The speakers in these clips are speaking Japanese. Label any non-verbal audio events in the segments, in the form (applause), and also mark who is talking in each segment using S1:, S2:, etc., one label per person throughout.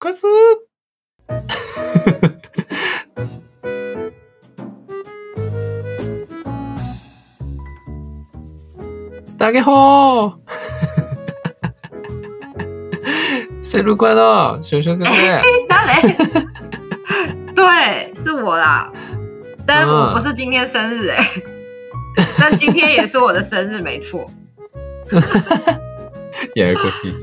S1: かす大家好生日快乐，熊熊先生。 (laughs)
S2: 誰？对，是我啦。但我不是今天生日哎、 (laughs) 但今天也是我的生日，没错。
S1: ややこしい。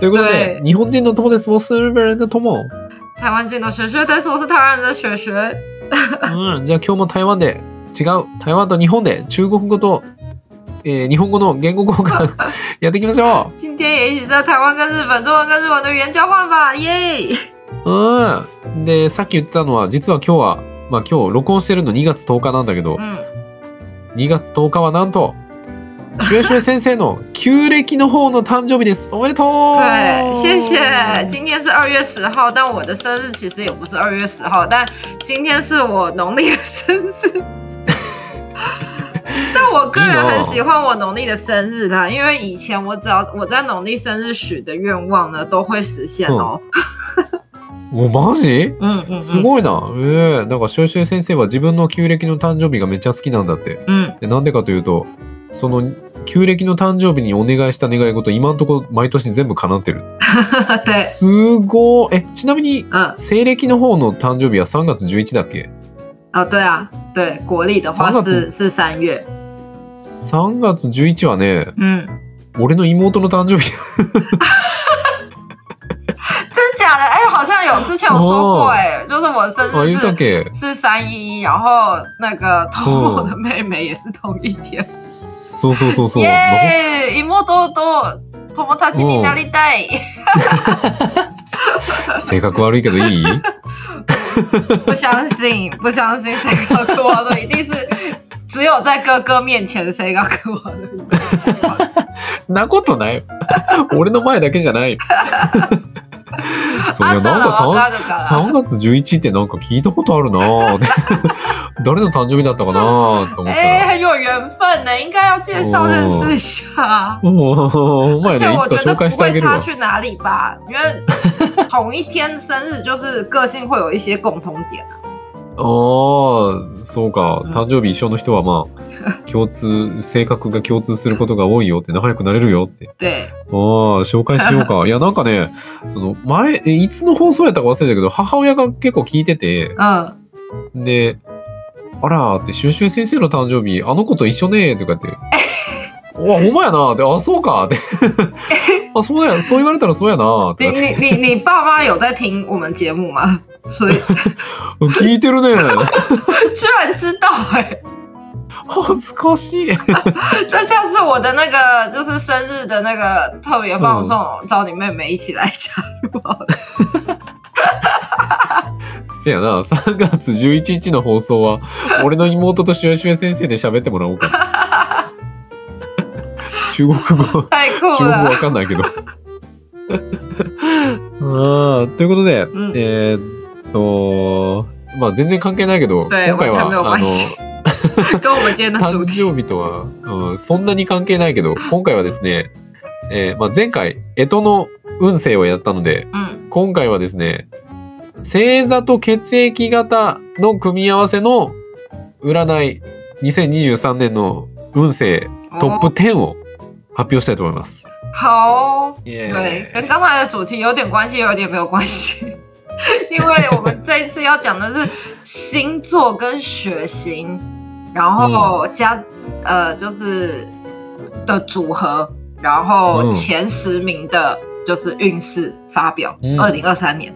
S1: ということで
S2: 对、
S1: 日本人の友です。我是日本人的友。
S2: 台湾进的学学，但是我是台湾人的学学。
S1: うん、じゃあ今日も台湾で、違う、台湾と日本で中国語と、えー日本語の言語交換 (laughs) やっていきましょ
S2: 今天也一起在台湾跟日本、中文跟日文的语言交换吧，耶！
S1: う。うん。で、さっき言ってたのは、実は今日は、まあ今日録音してるの2月10日なんだけど、
S2: 嗯，
S1: 2月10日はなんと、シュエシュエ先生の旧暦の方の誕生日です。おめでとう
S2: 对，谢谢。今天是二月十号，但我的生日其实也不是二月十号，但今天是我农历的生日。 (laughs) 但我个人很喜欢我农历的生日啦，因为以前我只要我在农历生日许的愿望呢，都会实现哦。
S1: お、マジ
S2: 嗯嗯，嗯
S1: すごいな。ええなんかシュエシュエ先生は自分の旧暦の誕生日がめっちゃ好きなんだって。
S2: 嗯， (laughs)
S1: でなんでかというとその旧暦の誕生日にお願いした願い事今んとこ毎年全部叶ってる
S2: 对，
S1: すごいえちなみに
S2: 嗯，
S1: 西暦の方の誕生日は3月11だっけ
S2: 哦，对啊，对，国历的话
S1: 三个字
S2: 是是三月，
S1: 3月11はね
S2: 嗯，
S1: 俺の妹の誕生 (laughs) 日
S2: 真假的？哎、好像有之前有说过、
S1: 哦
S2: 哎、就是我生
S1: あ
S2: 日
S1: 言ったっ
S2: 是
S1: け
S2: 是三一一，然后那个同我的妹妹也是同一天。
S1: そうそうそうそう、
S2: 耶、妹と友達になりたい。
S1: ま性格悪いけどいい
S2: 不相信，不相信谁搞给我的，一定是只有在哥哥面前谁搞给我的。
S1: (laughs) なことない (laughs) 俺の前だけじゃない (laughs) そういや
S2: あんた
S1: なん
S2: の
S1: かさん
S2: わかるから。
S1: 3月11ってなんか聞いたことあるなぁって誰の誕生日だったかなぁと思ってた
S2: 哎、
S1: ら。
S2: 很有缘分呢，应该要介绍认识一
S1: 哦
S2: 下。
S1: おお前
S2: 而且
S1: ね、い
S2: 我
S1: つか
S2: 觉得
S1: 紹
S2: 不
S1: 介してあ
S2: 会
S1: げる
S2: 差
S1: わ。
S2: 去哪里吧，因为同一天生日就是个性会有一些共同点啊。
S1: ああ、そうか
S2: う。ん
S1: 誕生日一緒の人はまあ、共通、性格が共通することが多いよって、仲良くなれるよって。
S2: 对，
S1: ああ、紹介しようか。いや、なんかね、その、前、えいつの放送やったか忘れたけど、母親が結構聞いてて、
S2: 嗯，
S1: で、あらーって、シュンシュン先生の誕生日、あの子と一緒ねーとかって。うわ、ほんまやなーって、あ、そうかーって。 (laughs) あ、そうや、そう言われたらそうやなーって
S2: 你。你你你爸妈有在听我们节目吗？所以
S1: 聞いてるね。
S2: 居然知道哎、
S1: 恥ずかしい。
S2: 这像是我的那个就是生日的那个特别放送，找你妹妹一起来讲。
S1: せやな、3月11日の放送は、俺の妹とシュエシュエ先生で喋ってもらおうか。中国語、
S2: 太
S1: 中国
S2: 酷
S1: 語わ
S2: 了。
S1: かんないけど。 (laughs) あ (laughs) ーということで、
S2: ん
S1: えーっと、まあ全然関係ないけど、
S2: 对
S1: 今回は、
S2: 完全没有
S1: あ (laughs)
S2: 关系
S1: の、
S2: 跟我们今天的主
S1: 誕
S2: 题，
S1: 生日とは、うんそんなに関係ない (laughs) けど、今回はですね、えーまあ、前回、干支の運勢をやったので、
S2: 嗯，
S1: 今回はですね星座と血液型の組み合わせの占い2023年の運勢トップ
S2: 哦
S1: 10を発表したいと思います。
S2: 好哦。
S1: イ
S2: 对，
S1: エー
S2: 跟
S1: イ
S2: 刚才的主题有点关系，有点没有关系， (laughs) 因为我们这一次要讲的是星座跟血型，然后
S1: 嗯
S2: 加、呃就是的组合，然后
S1: 嗯
S2: 前十名的就是运势发表
S1: 嗯，
S2: 二零二三年。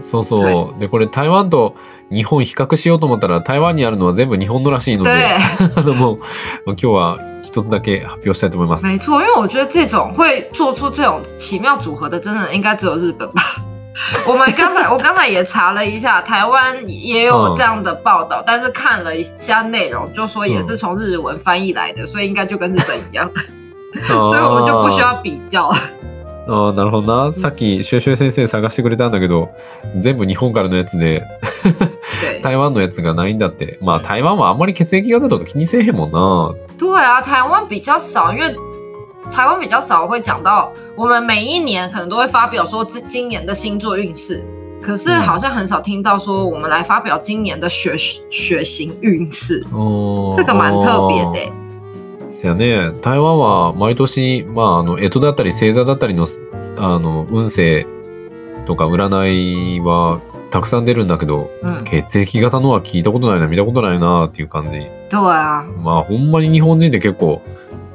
S1: そうそう。でこれ台湾と日本比較しようと思ったら台湾にあるのは全部日本のらしいので
S2: 对，
S1: (laughs) あのもう今日は一つだけ発表したいと思います。
S2: 没错，因为我觉得这种会做出这种奇妙组合的，真的应该只有日本吧。 (laughs) 我们刚才 (laughs) 我刚才也查了一下，台湾也有这样的报道，但是看了一下内容，就说也是从日文翻译
S1: 嗯
S2: 来的，所以应该就跟日本一
S1: (laughs)
S2: 样，所以我们就不需要比较。
S1: 哦ああなるほどな。さっきシュエシュエ先生探してくれたんだけど全部日本からのやつで
S2: 对
S1: 台湾のやつがないんだってまあ台湾はあんまり血液型とか気にせえへんもんな
S2: 对啊，台湾比较少，因为台湾比较少会讲到，我们每一年可能都会发表说今今年的星座运势，可是
S1: 嗯
S2: 好像很少听到说我们来发表今年的血血型运势，
S1: おー
S2: 这个蛮特别的、欸。
S1: ですよね。台湾は毎年、まあ、あの、干支だったり星座だったりの、あの、運勢とか占いはたくさん出るんだけど、
S2: 嗯，
S1: 血液型のは聞いたことないな、見たことないなっていう感じ。
S2: 对啊，
S1: まあ、ほんまに日本人って結構、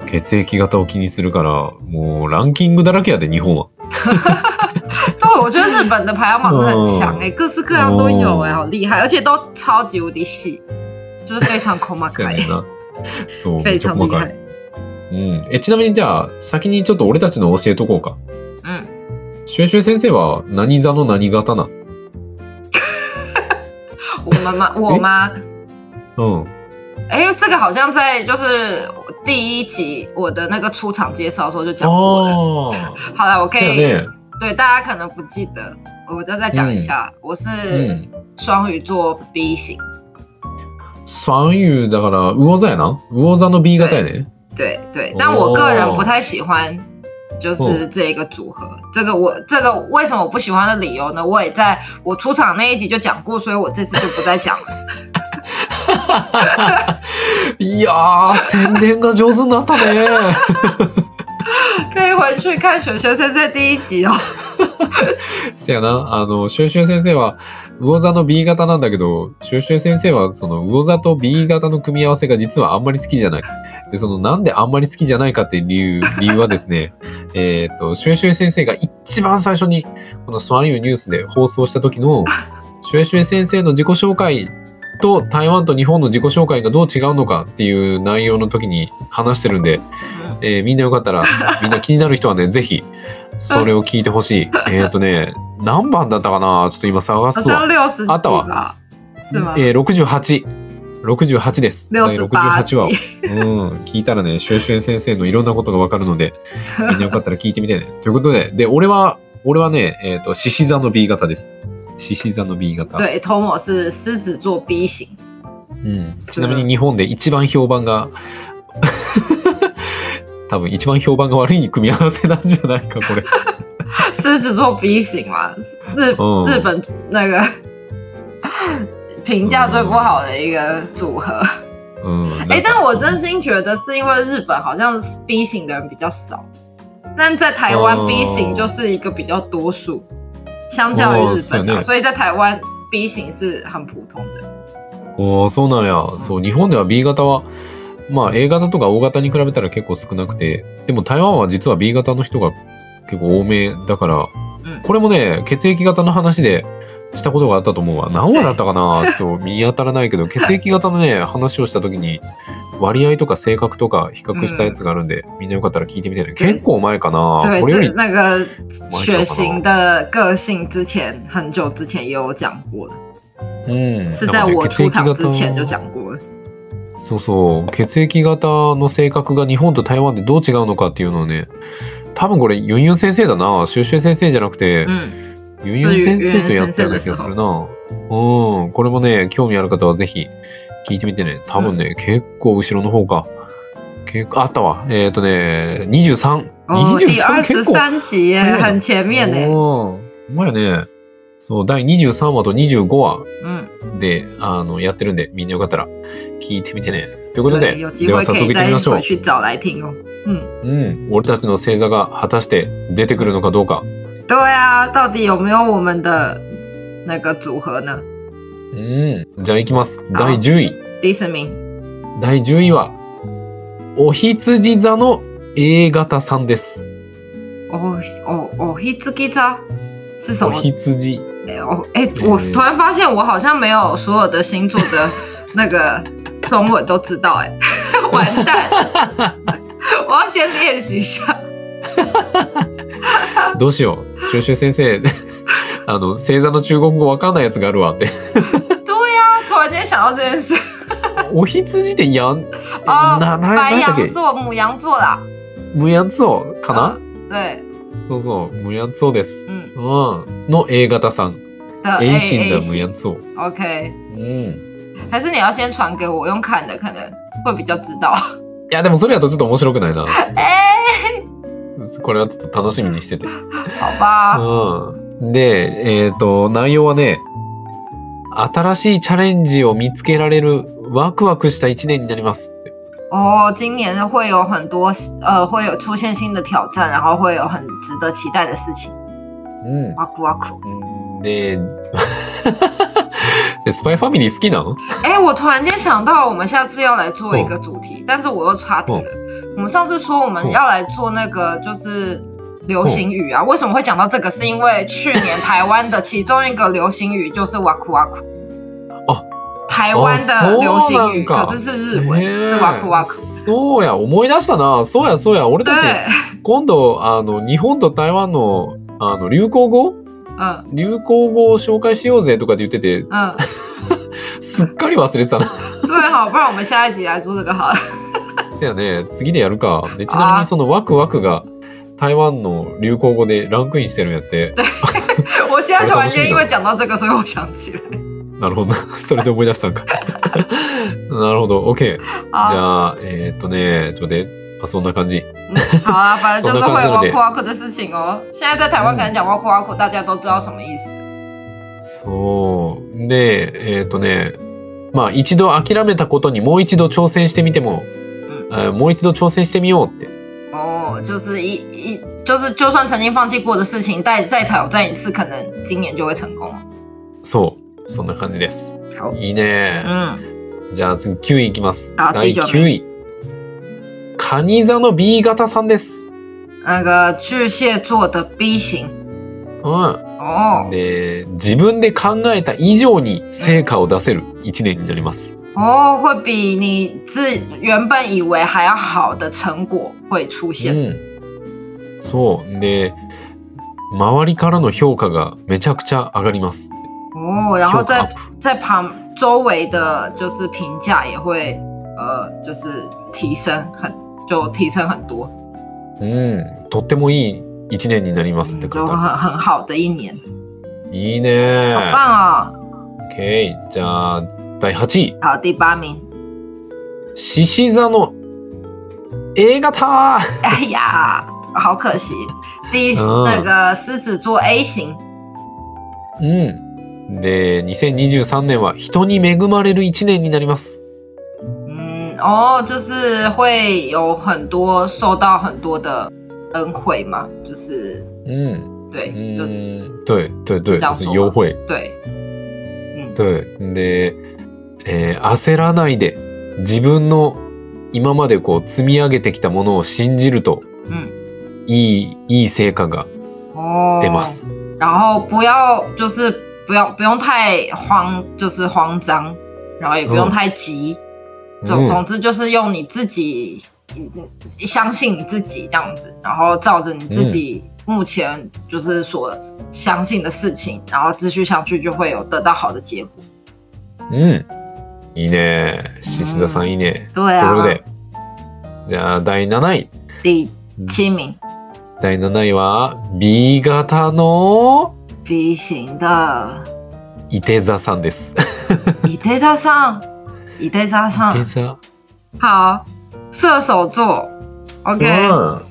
S1: 血液型を気にするから、もうランキングだらけやで、日本は。
S2: 对，我觉得日本的排行榜都很强哎、各式各样都有哎、好厉害，而且都超级无敌细，就是非常 c o m
S1: (laughs) そうやねんな。そう、め
S2: 非
S1: っちゃ
S2: 常
S1: 細
S2: 厉
S1: か
S2: 害
S1: い。。うん。え、ちなみにじゃあ、先にちょっと俺たちの教えとこうか。
S2: 嗯，
S1: シュンシュン先生は何座の何型な
S2: 我们吗？我吗？
S1: うん。
S2: 哎、这个好像在就是第一集我的那个出场介绍的时候就讲过了。
S1: ああ。
S2: 好了，我可
S1: そう
S2: 以、
S1: やね。
S2: 对大家可能不记得，我就再讲一下，我
S1: う
S2: 是
S1: ん。
S2: 双鱼座 B 型，
S1: 三遊だから、魚座やな。魚座の B 型やね。
S2: 对对
S1: 哦，
S2: 但我个人不太喜欢。就是这个组合，这个我这个为什么我不喜欢的理由呢？我也在我出场那一集就讲过，所以我这次就不再讲了。
S1: いやー、宣伝が上手になったね。
S2: (laughs) 可以回去看雪雪先生第一集哦。
S1: せやな、あの、シュンシュン先生は、魚座の B 型なんだけど、シュンシュン先生は、その、魚座と B 型の組み合わせが実はあんまり好きじゃない。で、その、なんであんまり好きじゃないかっていう理由、理由はですね、えーっと、シュンシュン先生が一番最初に、このソアンユーニュースで放送した時の、シュンシュン先生の自己紹介と台湾と日本の自己紹介がどう違うのかっていう内容の時に話してるんで、
S2: 嗯
S1: えーみんなよかった (laughs) ら、みんな気になる人はね、ぜひ、それを聞いてほ (laughs) しい。えっ、とね、何番だったかなちょっと今探
S2: 好
S1: す
S2: 像
S1: わ。
S2: 六十
S1: 啊
S2: 集
S1: 到啊嗯
S2: 吧？是吗？
S1: えー、68。68です。第
S2: 六十八
S1: 68。
S2: 集
S1: 話を。うん。聞いたらね、シュンシュン先生のいろんなことがわかるの (laughs) で、みんなよかったら聞いてみてね。ということで、で、俺は、俺はね、えっ、と、獅子座の B 型です。獅子座の B 型。
S2: 对，Tomo 是狮子座 B 型，
S1: うん、ちなみに日本で一番評判 (laughs) が多分一番評判が悪い組み合わせなんじゃないかこれ。
S2: 狮子座 B 型嘛，日、
S1: 嗯 (laughs)
S2: 日本那个 (laughs) 评价最不好的一个组合。
S1: うん、な
S2: 哎、
S1: んか
S2: 但我真心觉得是因为日本好像 B 型的人比较少，但在台湾
S1: 哦
S2: B 型就是一个比较多数，相较于
S1: 哦
S2: 日本
S1: 是
S2: 啊，
S1: 那
S2: 所以在台湾 B 型是很普通
S1: (laughs)
S2: 的。
S1: おーそうなんや。そう、日本では B 型は、まあ A 型とか O 型に比べたら結構少なくて、でも台湾は実は B 型の人が結構多めだから、
S2: うん
S1: これもね、血液型の話でしたことがあったと思うわ。何話だったかなちょっと見当たらないけど、血液型のね、話をした時に、割合とか性格とか比較したやつがあるんで、みんなよかったら聞いてみてね。結構前かな
S2: 对，
S1: これよ
S2: 这
S1: り、
S2: 那个
S1: 我还找不
S2: 血
S1: 到
S2: 型的个性之前很久之前也有讲过的，
S1: うん。
S2: 是在
S1: なんか
S2: 我
S1: ね
S2: 出场之
S1: 血液
S2: 前
S1: 型
S2: 就讲过了。
S1: そうそう血液型の性格が日本と台湾でどう違うのかっていうのをね多分これユンユン先生だなシュウシュウ先生じゃなくて、
S2: 嗯。
S1: ユンユン先生とやったような気がするなうんこれもね興味ある方はぜひ聞いてみてね多分ね、結構後ろの方か結構あったわえっ、とね2323、
S2: 哦，第
S1: 23
S2: 二十
S1: 結構
S2: 三集耶，
S1: 嗯
S2: 很前面呢。
S1: おーほんまやねそう第23話と25話
S2: 嗯，
S1: であのやってるんでみんなよかったら聞いてみてねということで
S2: 对，有机
S1: では
S2: 会
S1: 早
S2: 可
S1: 速行
S2: 以
S1: って
S2: 再
S1: みましょう
S2: 回去找来听哦。嗯，
S1: うん、俺たちの星座が果たして出てくるのかどうか。
S2: 对啊，到底有没有我们的那个组合呢？
S1: うん、じゃあ行きます。
S2: あ
S1: 第10位。
S2: 第十名，
S1: 第10位は、お羊座の A 型さんです。
S2: 哦哦哦，黑兹吉扎是什
S1: お
S2: 么？
S1: 羊。
S2: 哎哦，哎，我
S1: 嗯
S2: 突然发现我好像没有所有的星座的那个中文都知道，哎， (laughs) 完
S1: (laughs)
S2: 蛋，我要先练习一下。
S1: どうしよう。シュウシュウ先生、 (laughs) あの、星座の中国語わかんないやつがあるわ (laughs) って。
S2: 对呀、突然间想到这件
S1: (laughs)
S2: 事。
S1: お羊ってやん、
S2: 哦
S1: な、な、な
S2: 白
S1: んだっ
S2: 羊
S1: け
S2: 座、母羊座啦。嗯
S1: 無やつをかな、
S2: 对，
S1: そうそう、無やつをです。
S2: 嗯
S1: うん。の A 型さん。
S2: 的
S1: A 型的無
S2: 型
S1: やつを。
S2: OK，
S1: うん。
S2: 还是你要先传给我，用看的可能会比较知道。 (laughs)
S1: いや、でもそれやとちょっと面白くないな。
S2: 哎、
S1: これはちょっと楽しみにしてて。
S2: 好吧。
S1: うん、で、えっ、と、内容はね、新しいチャレンジを見つけられるワクワクした一年になります。
S2: 哦，今年会有很多呃，会有出现新的挑战，然后会有很值得期待的事情。
S1: うん
S2: 哇啊酷哇
S1: (laughs)
S2: 酷！
S1: うん。で、でスパイファミリー好きなの
S2: 哎，我突然间想到，我们下次要来做一个主题，但是我又岔题了。我们上次说我们要来做那个就是流行语啊，为什么会讲到这个？是因为去年台湾的其中一个流行语就是哇酷哇酷。
S1: 哦，
S2: 台湾的流行语，
S1: 哦そうなんだ
S2: 可是是日文，是哇酷哇酷。
S1: そうや、思い出したな。そうや、そうや。俺たち、
S2: 对，
S1: 今度、あの、日本と台湾の、あの、流行語
S2: 嗯
S1: 流行語を紹介しようぜとかって言ってて、
S2: 嗯，
S1: すっかり忘れてたな。
S2: 对，好，不然我们下一集来做这个好了。
S1: せやね、次でやるか。でちなみ
S2: あー
S1: にそのワクワクが台湾の流行語でランクインしてるんやっ
S2: (laughs)
S1: て。
S2: 我现在突然间因为讲到这个，所以我想 (laughs) 起来。
S1: なるほどな。それで思い出したん
S2: (laughs)
S1: か。なるほど。OK。じ
S2: 好，
S1: ゃあ、えーっとね、ちょっと待って。あそんな感じ。
S2: 好啊，反正就是
S1: そんな
S2: 会
S1: 感じなんで
S2: 挖苦挖苦的事情 (laughs) 哦。现在在台湾可能讲挖苦挖苦，大家都知道什么意思。
S1: そう。で、えーっとね、まあ一度諦めたことにもう一度挑戦してみても、
S2: 嗯，
S1: えーもう一度挑戦してみようって。
S2: 哦，就是一一就是就算曾经放弃过的事情，再再挑战一次，可能今年就会成功了。
S1: そう。そんな感じです。
S2: 好，
S1: いいね。
S2: 嗯，
S1: じゃあ次9位いきます。
S2: あ
S1: 第
S2: 以上ね
S1: 9位。カニ座の B 型さんです。
S2: 那个巨蟹座的 B 型
S1: う
S2: 哦
S1: ん。で、自分で考えた以上に成果を出せる1年になります。
S2: 哦，会比你自原本以为还要好的成果会出
S1: う
S2: 现。
S1: ん。そう。で、周りからの評価がめちゃくちゃ上がります。
S2: 哦，然后
S1: 評価ア
S2: 再
S1: ップ。
S2: 在旁周围的就是评价也会呃，就是提升很，就提升很多，
S1: うん。とってもいい1年になりますって
S2: 就很
S1: 方。
S2: 很好的一年，
S1: いい
S2: 好
S1: ね。
S2: 棒哦！
S1: OK。じゃあ、第8位。
S2: 好，第八名，
S1: 獅子座の A 型。
S2: 哎呀，好可惜，第、
S1: 嗯
S2: 那个狮子座 A 型，
S1: うん。で、2023年は人に恵まれる1年になります。
S2: 嗯，哦，就是会有很多受到很多的恩惠嘛，就是
S1: うん。
S2: 对，
S1: 嗯
S2: 就是
S1: 对对对，就
S2: 是这样
S1: 是
S2: 说吗
S1: 优惠。
S2: 对，嗯，
S1: 对。で、えー焦らないで自分の今までこう積み上げてきたものを信じると
S2: 嗯，
S1: いいいい成果が
S2: 哦，
S1: 出ます。
S2: 然后不要就是不要不用太慌，就是慌张，然后也不用太急，总
S1: うん
S2: 总之就是用你自己相信你自己这样子，然后照着你自己目前就是所相信的事情，然后继续下去就会有得到好的结果。
S1: うん。いいね。獅子座さんいいね。
S2: 对
S1: という
S2: 啊
S1: こと，で、じゃあ第7位。
S2: 第七名
S1: 第7位は B 型の
S2: B 型的
S1: 伊手座さんです。
S2: 伊德加上， (laughs) 伊德加上
S1: 伊手座。
S2: 好，射手座，OK。
S1: うん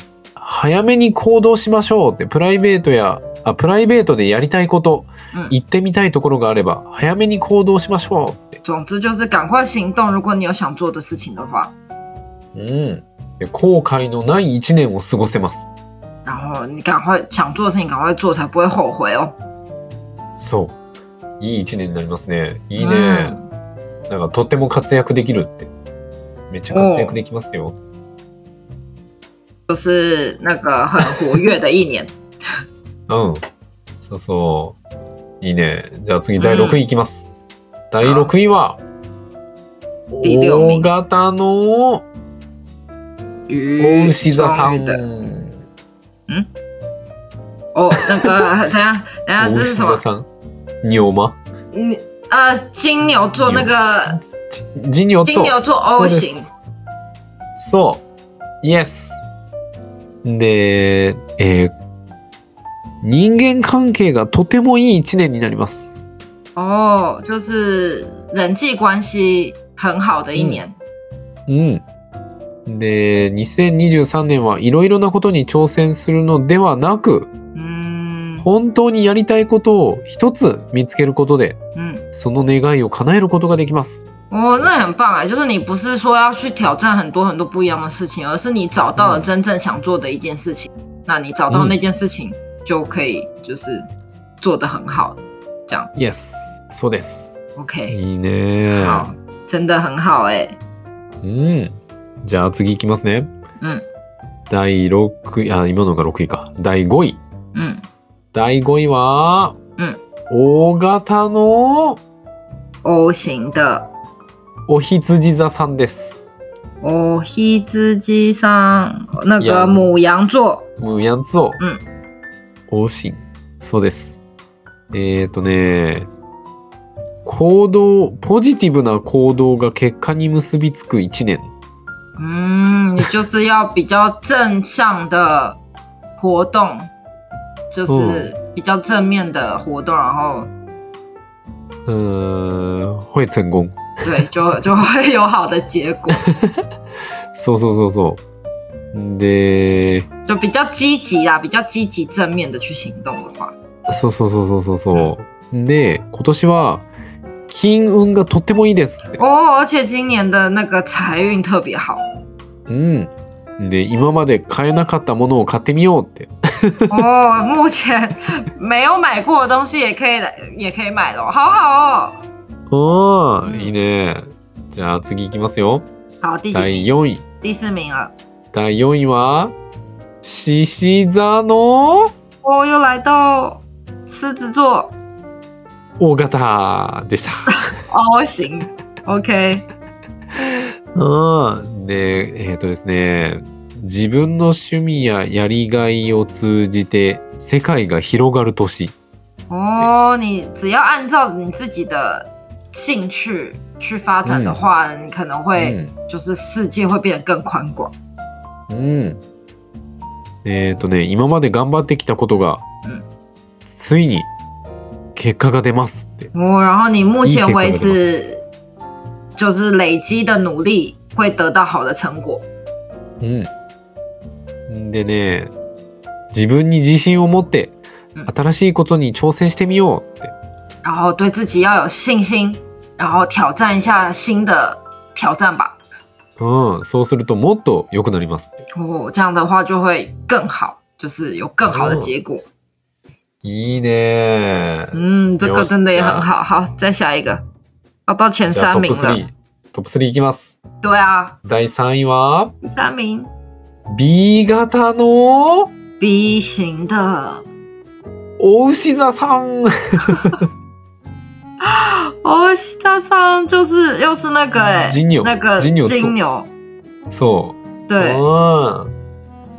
S1: 早めに行動しましょうってプライベートやあプライベートでやりたいこと、
S2: うん
S1: 行ってみたいところがあれば早めに行動しましょ
S2: 总之就是赶快行动，如果你有想做的事情的话，
S1: う、うん、で後悔のない一年を過ごせます
S2: 然后你赶快想做的事情赶快做，才不会后悔哦。
S1: そういい一年になりますねいいね、
S2: 嗯
S1: なんかとっても活躍できるってめっちゃ活躍できますよ
S2: 就是那个很活跃的一年。
S1: うんそうそういいねじゃあ次第6位いきます、第6位は
S2: 第六名
S1: O 型の
S2: 鱼
S1: 大牛座さ
S2: 双
S1: ん (laughs)
S2: 鱼。的哦，那个等一下等
S1: (laughs)
S2: 一下，
S1: 大
S2: 这
S1: 牛
S2: 是什么
S1: 座？さん。牛吗？
S2: 你呃，金牛座那个
S1: 金牛
S2: 金
S1: 座。
S2: 牛座 O 型，
S1: そう。Yes。で、えー人間関係がとてもいい一年になります。
S2: 哦，就是人际关系很好的一年。
S1: うん。で、2023年はいろいろなことに挑戦するのではなく、
S2: うーん
S1: 本当にやりたいことを一つ見つけることで、
S2: 嗯，
S1: その願いを叶えることができます。
S2: 哦，那很棒哎！就是你不是说要去挑战很多很多不一样的事情，而是你找到了
S1: 嗯
S2: 真正想做的一件事情，那你找到
S1: 嗯
S2: 那件事情就可以就是做得很好，这样
S1: Yes、そうです。
S2: OK，、
S1: いいね。
S2: 好，真的很好哎！
S1: うん。じゃあ次いきますね。
S2: うん。
S1: 第6位、あ、今のが6位か。第5位。
S2: 嗯，
S1: 第5位は、
S2: うん
S1: 大型の
S2: O 型哦的
S1: お羊座さんです。
S2: 哦，黑之机上那个
S1: 羊
S2: 母羊座，
S1: ムヤンツオ。
S2: うん。
S1: 王神。そうです。えっ、ー、とね、行動、ポジティブな行動が結果に結びつく1年。
S2: 嗯，你就是要比较正向的活动，
S1: 哦
S2: 就是比较正面的活动，然后
S1: うーん、会成功。
S2: 对，就 (laughs) 就会有好的结果，
S1: そうそうそうそう。で、
S2: 就比较积极啊，比较积极正面的去行动的话，
S1: そうそうそうそうそうそう。で、今年は金運がとってもいいですって。
S2: 哦，而且今年的那个财运特别好
S1: うん。で、今まで買えなかったものを買ってみようって。
S2: 哦，目前没有买过的东西也可以来，也可以买了，好好哦。
S1: あ
S2: う
S1: あ、
S2: ん
S1: いいね。じゃあ次行きますよ。
S2: 好，第几
S1: 第
S2: 名？
S1: 4位。
S2: 第四名了。
S1: 第4位は、獅子座の
S2: 哦，又来到狮子座
S1: 大型でした。
S2: O 型，OK，
S1: うん。で、えっ、とですね、自分の趣味ややりがいを通じて世界が広がる年。
S2: 哦，你只要按照你自己的兴趣去发展的话，你可能会、就是世界会变得更宽广。
S1: うん。うん。えっ、とね、今まで頑張ってきたことが、
S2: うん
S1: ついに結果が出ますって。
S2: 哦，然后你目前为
S1: 你
S2: 止就是累积的努力会得到好的成果。
S1: うん。でね、自分に自信を持って
S2: うん、
S1: 新しいことに挑戦してみようって。
S2: 然后对自己要有信心，然后挑战一下新的挑战吧。
S1: うん、そうするともっと良くなりますって。
S2: 哦，这样的话就会更好，就是有更好的
S1: 哦
S2: 结果。
S1: いいねー。
S2: 嗯，这个真的也很好。好，再下一个，要到前
S1: じゃあ
S2: 三
S1: トッ
S2: 名
S1: プ
S2: 了。
S1: 3。トップ3いきます。
S2: 对啊，
S1: 第3位は、
S2: 第三名
S1: B 型の
S2: B 型的
S1: お牛座さん。
S2: 哦，加上就是又是那个哎、
S1: 金牛
S2: 那个
S1: 金牛座
S2: 金牛，
S1: そう。
S2: 对，
S1: うん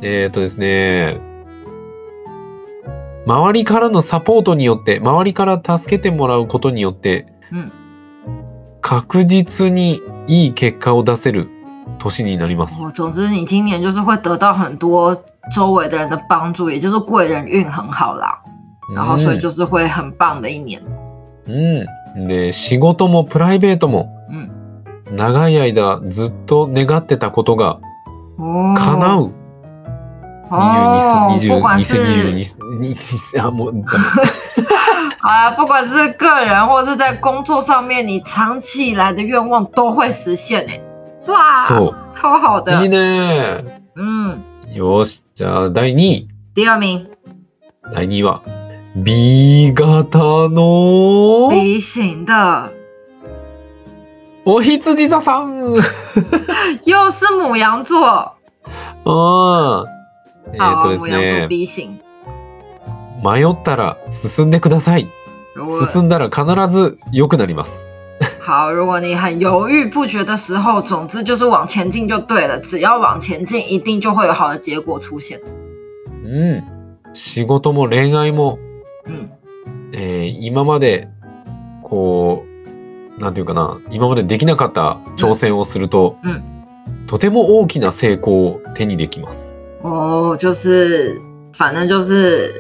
S1: えっ、とですね。周りからのサポートによって、周りから助けてもらうことによって、
S2: うん
S1: 確実にいい結果を出せる年になりま
S2: 哦，
S1: す。
S2: 总之你今年就是会得到很多周围的人的帮助，也就是贵人运很好啦，然后所以就是会很棒的一年。
S1: うん、うんで、仕事もプライベートも
S2: 嗯，
S1: 長い間ずっと願ってたことが
S2: 哦，
S1: 叶う。
S2: 哦，
S1: 22、
S2: 不管
S1: 20、
S2: 是
S1: 2022、あ、もうダ
S2: (laughs)
S1: メ、
S2: 啊，不管是个人或是在工作上面，你长期以来的愿望都会实现诶、哇，
S1: そ
S2: 超好的
S1: う。いいね。
S2: 嗯，
S1: よし、じゃあ第2位。
S2: 第二名
S1: 第2位は B 型の
S2: B 型的，
S1: お羊座さ
S2: (laughs)
S1: ん。
S2: 又是母羊座，
S1: あーえっ、
S2: 好，
S1: とです
S2: 母羊座
S1: ね、
S2: B 型，
S1: 迷ったら進んでください。
S2: 如果
S1: 進んだら必ず良くなります。
S2: 好，如果你很犹豫不决的时候，总之就是往前进就对了，只要往前进，一定就会有好的结果出现。
S1: うん。仕事も恋愛も、
S2: 嗯，
S1: えー今までこうなんていうかな、今までできなかった挑戦をすると、
S2: うんう
S1: とても大きな成功を手にできます。
S2: 哦，就是反正就是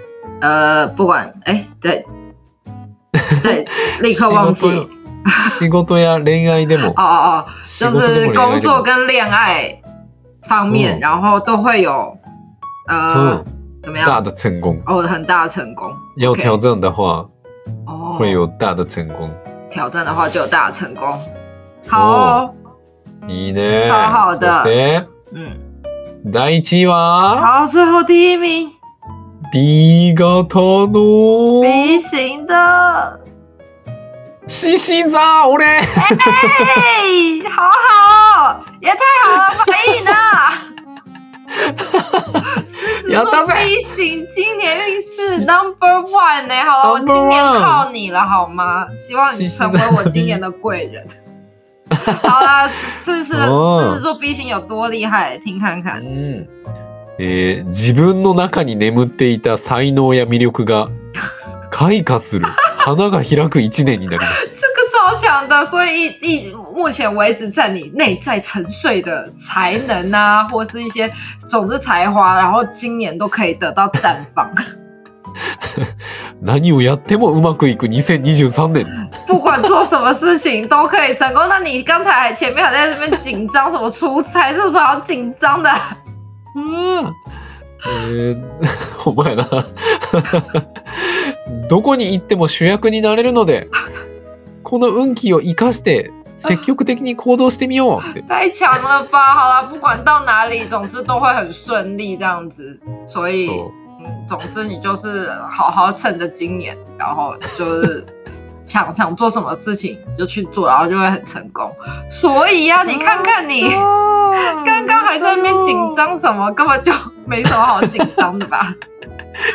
S2: 呃，不管哎，
S1: (laughs)
S2: 对，对，立刻忘记
S1: 仕事仕事や恋愛でも
S2: 哦哦哦，
S1: 仕
S2: 就
S1: 事で
S2: 是
S1: も恋愛
S2: 工
S1: で
S2: 作
S1: も
S2: 跟恋爱方
S1: 嗯
S2: 面，然后都会有呃、
S1: 嗯，
S2: 怎么
S1: 大
S2: 样
S1: 的成功。
S2: 哦很大的成功
S1: 要挑战的话，
S2: 哦，
S1: 会有大的成功。
S2: 挑战的话就有大的成功，
S1: そう
S2: 好、哦，
S1: いいね。
S2: 超好的
S1: そして
S2: 嗯，
S1: 第一位は
S2: 好，最后第一名
S1: B 型の
S2: B 型的，
S1: 獅子座。俺。
S2: 嘿，好好哦，也太好了，
S1: (laughs)
S2: 反应呢？狮子
S1: やった
S2: 座
S1: ぜ
S2: B 型今年运势 number one 呢、好了，我
S1: Number
S2: 今年
S1: one
S2: 靠你了，好吗？希望你
S1: 狮子
S2: 成
S1: 座
S2: 为我今年的贵人。好啦，狮子
S1: 哦
S2: 狮子座 B 型有多厉害？听看看。
S1: えー自分の中に眠っていた才能や魅力が開花する花が開く一年になります。
S2: 这个超强的，所以一一目前为止，在你内在沉睡的才能啊， (laughs) 或是一些总之才华，然后今年都可以得到绽放。 (laughs)
S1: 何をやってもうまくいく2023年。
S2: 不管做什么事情都可以成功。那你刚才还前面还在这边紧张，什么出差，这有什么好紧张的？ (laughs)
S1: あー (laughs) えーお前な。どこに行っても主役になれるので、この運気を生かして積極的に行動してみようって。
S2: 太强了吧！好啦，不管到哪里，总之都会很顺利这样子。所以，
S1: そう
S2: 嗯，总之你就是好好趁着今年，然后就是想想做什么事情你就去做，然后就会很成功。所以呀、你看看你。 (laughs) 刚刚还在那边紧张什么，根本就没什么好紧张的 (laughs) 吧？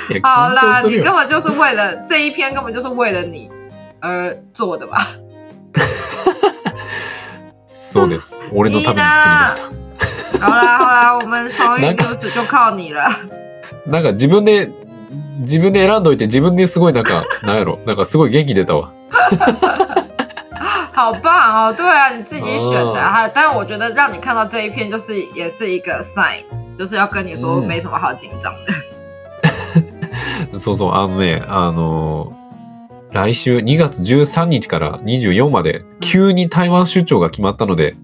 S1: いや
S2: 好
S1: 緊
S2: 啦，
S1: 張す
S2: 你
S1: る
S2: 根
S1: よ。
S2: 本就是为了这一篇，根本就是为了你而做的吧？
S1: そうです。俺のために作りました。
S2: 好啦好啦，我们双语
S1: 那个
S2: news 就靠你了。
S1: なんか自分で自分で選んどいて自分ですごいなんかなんやろなんかすごい元気出たわ。
S2: 好棒哦！对啊，你自己选的
S1: 哦
S2: 哈、但我觉得让你看到这一篇，就是也是一个 sign，就是要跟你说
S1: 嗯
S2: 没什么好紧张
S1: (laughs)
S2: 的。
S1: そうそうあのねあのー来週2月13日から24まで急に台湾出張が決まったので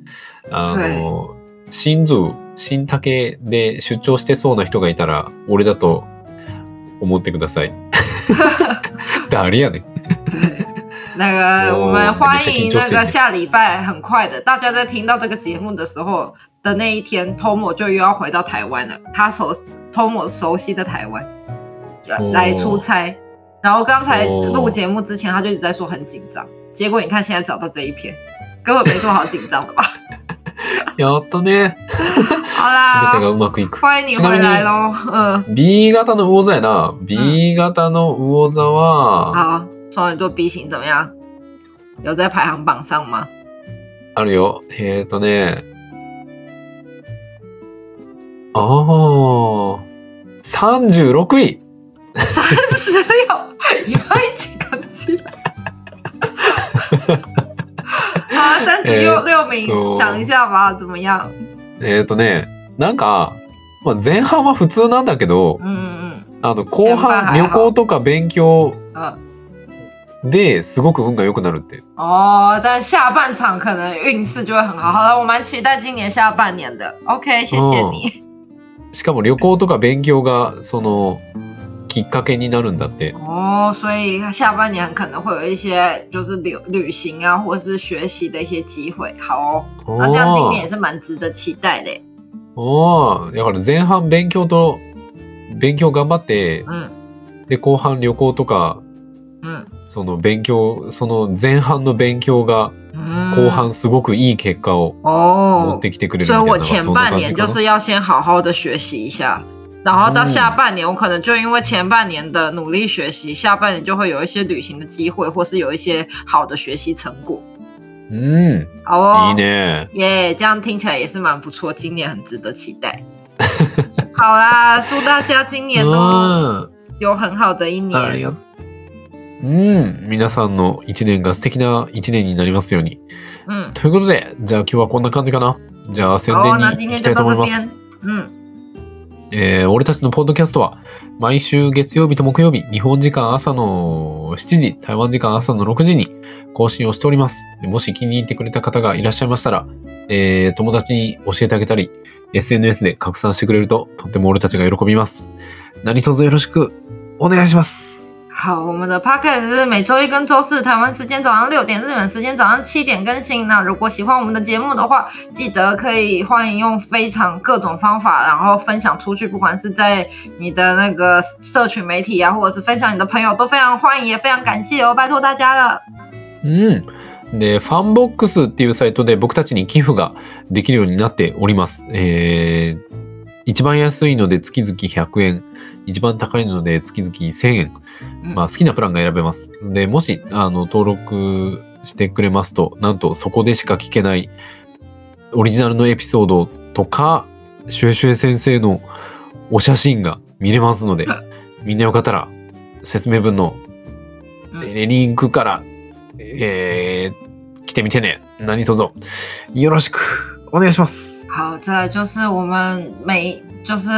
S1: あのー新宿新竹で出張してそうな人がいたら俺だと思ってください。誰やねん。
S2: 对，那个
S1: 哦
S2: 我们欢迎那
S1: 那
S2: 个
S1: 个
S2: 下礼拜很快的，大家在听到这个节目的时候的那一天，Tomo 就又要回到台湾了，他熟 Tomo 熟悉的台湾。
S1: そう
S2: 来出差。然后刚才
S1: 哦
S2: 录节目之前，他就一直在说很紧张，结果你看现在找到这一篇，根本没什么好紧张的吧？
S1: やったね。
S2: 好
S1: 全てが
S2: 啦，
S1: うまくいく。
S2: 欢迎你回来喽。嗯，
S1: B 型の魚座やな。B 型の魚座は、
S2: 好，双鱼座 B 型怎么样？有在排行榜上吗？ (laughs)
S1: あるよ。えっ、ー、とね。ああ。36位。
S2: 三十六，你要一起扛起来。好，三十六六名
S1: そう
S2: 讲一下吧，怎么样？
S1: えっ、ー、とね。なんか、まあ、前半は普通なんだけど、
S2: 嗯嗯
S1: あの後
S2: 前半
S1: 半
S2: は
S1: 旅行とか勉強
S2: 嗯嗯。
S1: ですごく運が良くなるって。
S2: 哦，但下半场可能运势就会很好。好了，我蛮期待今年下半年的。OK，谢谢你。
S1: しかも旅行とか勉強が、その、きっかけになるんだって。
S2: 哦，所以下半年可能会有一些就是旅旅行啊，或是学习的一些机会。好哦，那这样今年也是蛮值得期待的。
S1: おーだから前半勉強と勉強頑張って
S2: 嗯
S1: で後半旅行とか
S2: 嗯
S1: その勉強その前半の勉強が
S2: 嗯，
S1: 後半すごくいい結果を持
S2: 哦
S1: っ，てきてくれるみた
S2: 所
S1: い
S2: 以
S1: な,、
S2: 我前半
S1: そんな感じ
S2: 年就
S1: かな
S2: 是要先好好的学习一下，然后到下半年，我可能就因为前半年的努力学习，下半年就会有一些旅行的机会，或是有一些好的学习成果。
S1: うん
S2: 好哦，
S1: いいね
S2: 耶这样听起来也是蛮不错，今年很值得期待。好啦，哦祝大家今年都有很好的一
S1: うんあり
S2: 年。
S1: がうん皆さんの一年が素敵な一年になりますように
S2: 嗯，
S1: ということでじゃあ今日はこんな感じかなじゃあ宣
S2: 好、哦
S1: 伝
S2: 那
S1: に
S2: 今
S1: 行き
S2: 天
S1: た
S2: 就
S1: いと
S2: 到
S1: 思いま
S2: 这
S1: す
S2: 边。嗯，
S1: えー俺たちのポッドキャストは毎週月曜日と木曜日、日本時間朝の7時、台湾時間朝の6時に更新をしております。もし気に入ってくれた方がいらっしゃいましたら、えー友達に教えてあげたり、SNS で拡散してくれるととっても俺たちが喜びます。何卒よろしくお願いします。
S2: 好，我们的 podcast 是每周一跟周四台湾时间早上六点，日本时间早上七点更新。那如果喜欢我们的节目的话，记得可以欢迎用非常各种方法，然后分享出去，不管是在你的那个社群媒体啊，或者是分享你的朋友，都非常欢迎，也非常感谢哦，拜托大家了。
S1: うん。で、ファンボックスっていうサイトで僕たちに寄付ができるようになっております。えー一番安いので月々100円。一番高いので月々1000円。
S2: 嗯
S1: まあ、好きなプランが選べます。で、もし、あの、登録してくれますと、なんとそこでしか聞けないオリジナルのエピソードとか、シュエシュエ先生のお写真が見れますので、みんなよかったら、説明文の
S2: うん
S1: えーリンクから、えー来てみてね。何卒、よろしくお願いします。
S2: 好，再来就是我们每就是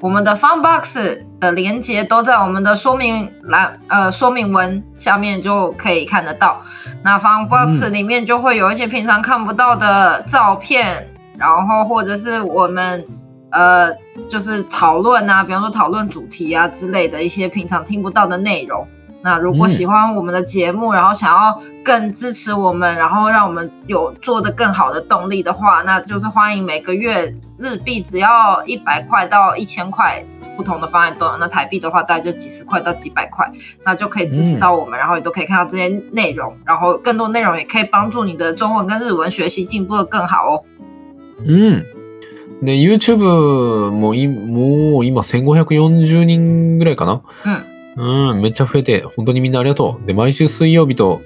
S2: 我们的 Fun Box 的连接都在我们的说明栏呃说明文下面就可以看得到。那 Fun Box 里面就会有一些平常看不到的照片，然后或者是我们呃就是讨论啊，比方说讨论主题啊之类的一些平常听不到的内容。那如果
S1: 嗯
S2: 喜欢我们的节目，然后想要更支持我们，然后让我们有做得更好的动力的话，那就是欢迎每个月日币只要一百块到一千块，不同的方案都有。那台币的话，大概就几十块到几百块，那就可以支持到我们，然后你都可以看到这些内容，然后更多内容也可以帮助你的中文跟日文学习进步的更好哦。
S1: うん。で、YouTube もい、もう今1540人ぐらいかな。
S2: 嗯，
S1: うん、めっちゃ増えて、本当にみんなありがとう。で、毎週水曜日と、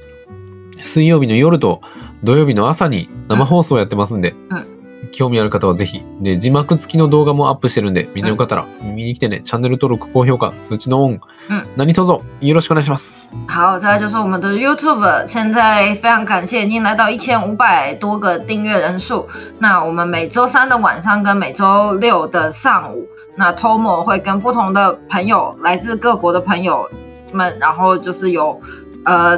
S1: 水曜日の夜と土曜日の朝に生放送やってますんで、
S2: う
S1: 興味ある方はぜひ。で、字幕付きの動画もアップしてるんで、みんなよかったら見に来てね。チャンネル登録、高評価、通知のオン。
S2: うん
S1: 何卒よろしくお願いします。
S2: 好，再来就是我们的 YouTube，现在非常感谢已经来到一千五百多个订阅人数。那我们每周三的晚上跟每周六的上午，那 Tomo 会跟不同的朋友，来自各国的朋友们，然后就是有呃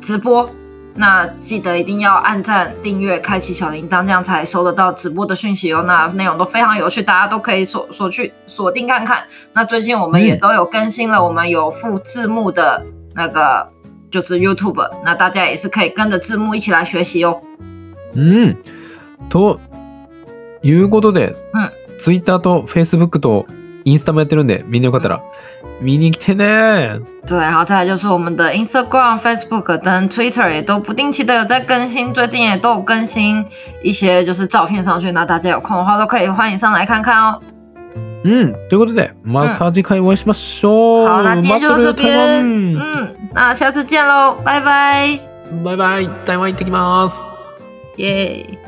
S2: 直播。那记得一定要按赞、订阅、开启小铃铛，这样才收得到直播的讯息哦。那内容都非常有趣，大家都可以锁锁去锁定看看。那最近我们也
S1: 嗯
S2: 都有更新了，我们有附字幕的那个就是 YouTube，那大家也是可以跟着字幕一起来学习哦。
S1: うん。ということで、Twitter と Facebook とインスタもやってるんで、みんなよかったら見に来てね。
S2: 对，然后再来就是我们的 Instagram、Facebook 跟 Twitter 也都不定期的有在更新，最近也都有更新一些就是照片上去，那大家有空的话都可以欢迎上来看看哦。
S1: うん。ということで、また次回お会いしましょう。
S2: 好，那今天就到这
S1: 待ってるよ
S2: 边，
S1: 台湾
S2: 嗯，那下次见喽，拜拜，
S1: バイバイ台湾行ってきます
S2: 耶、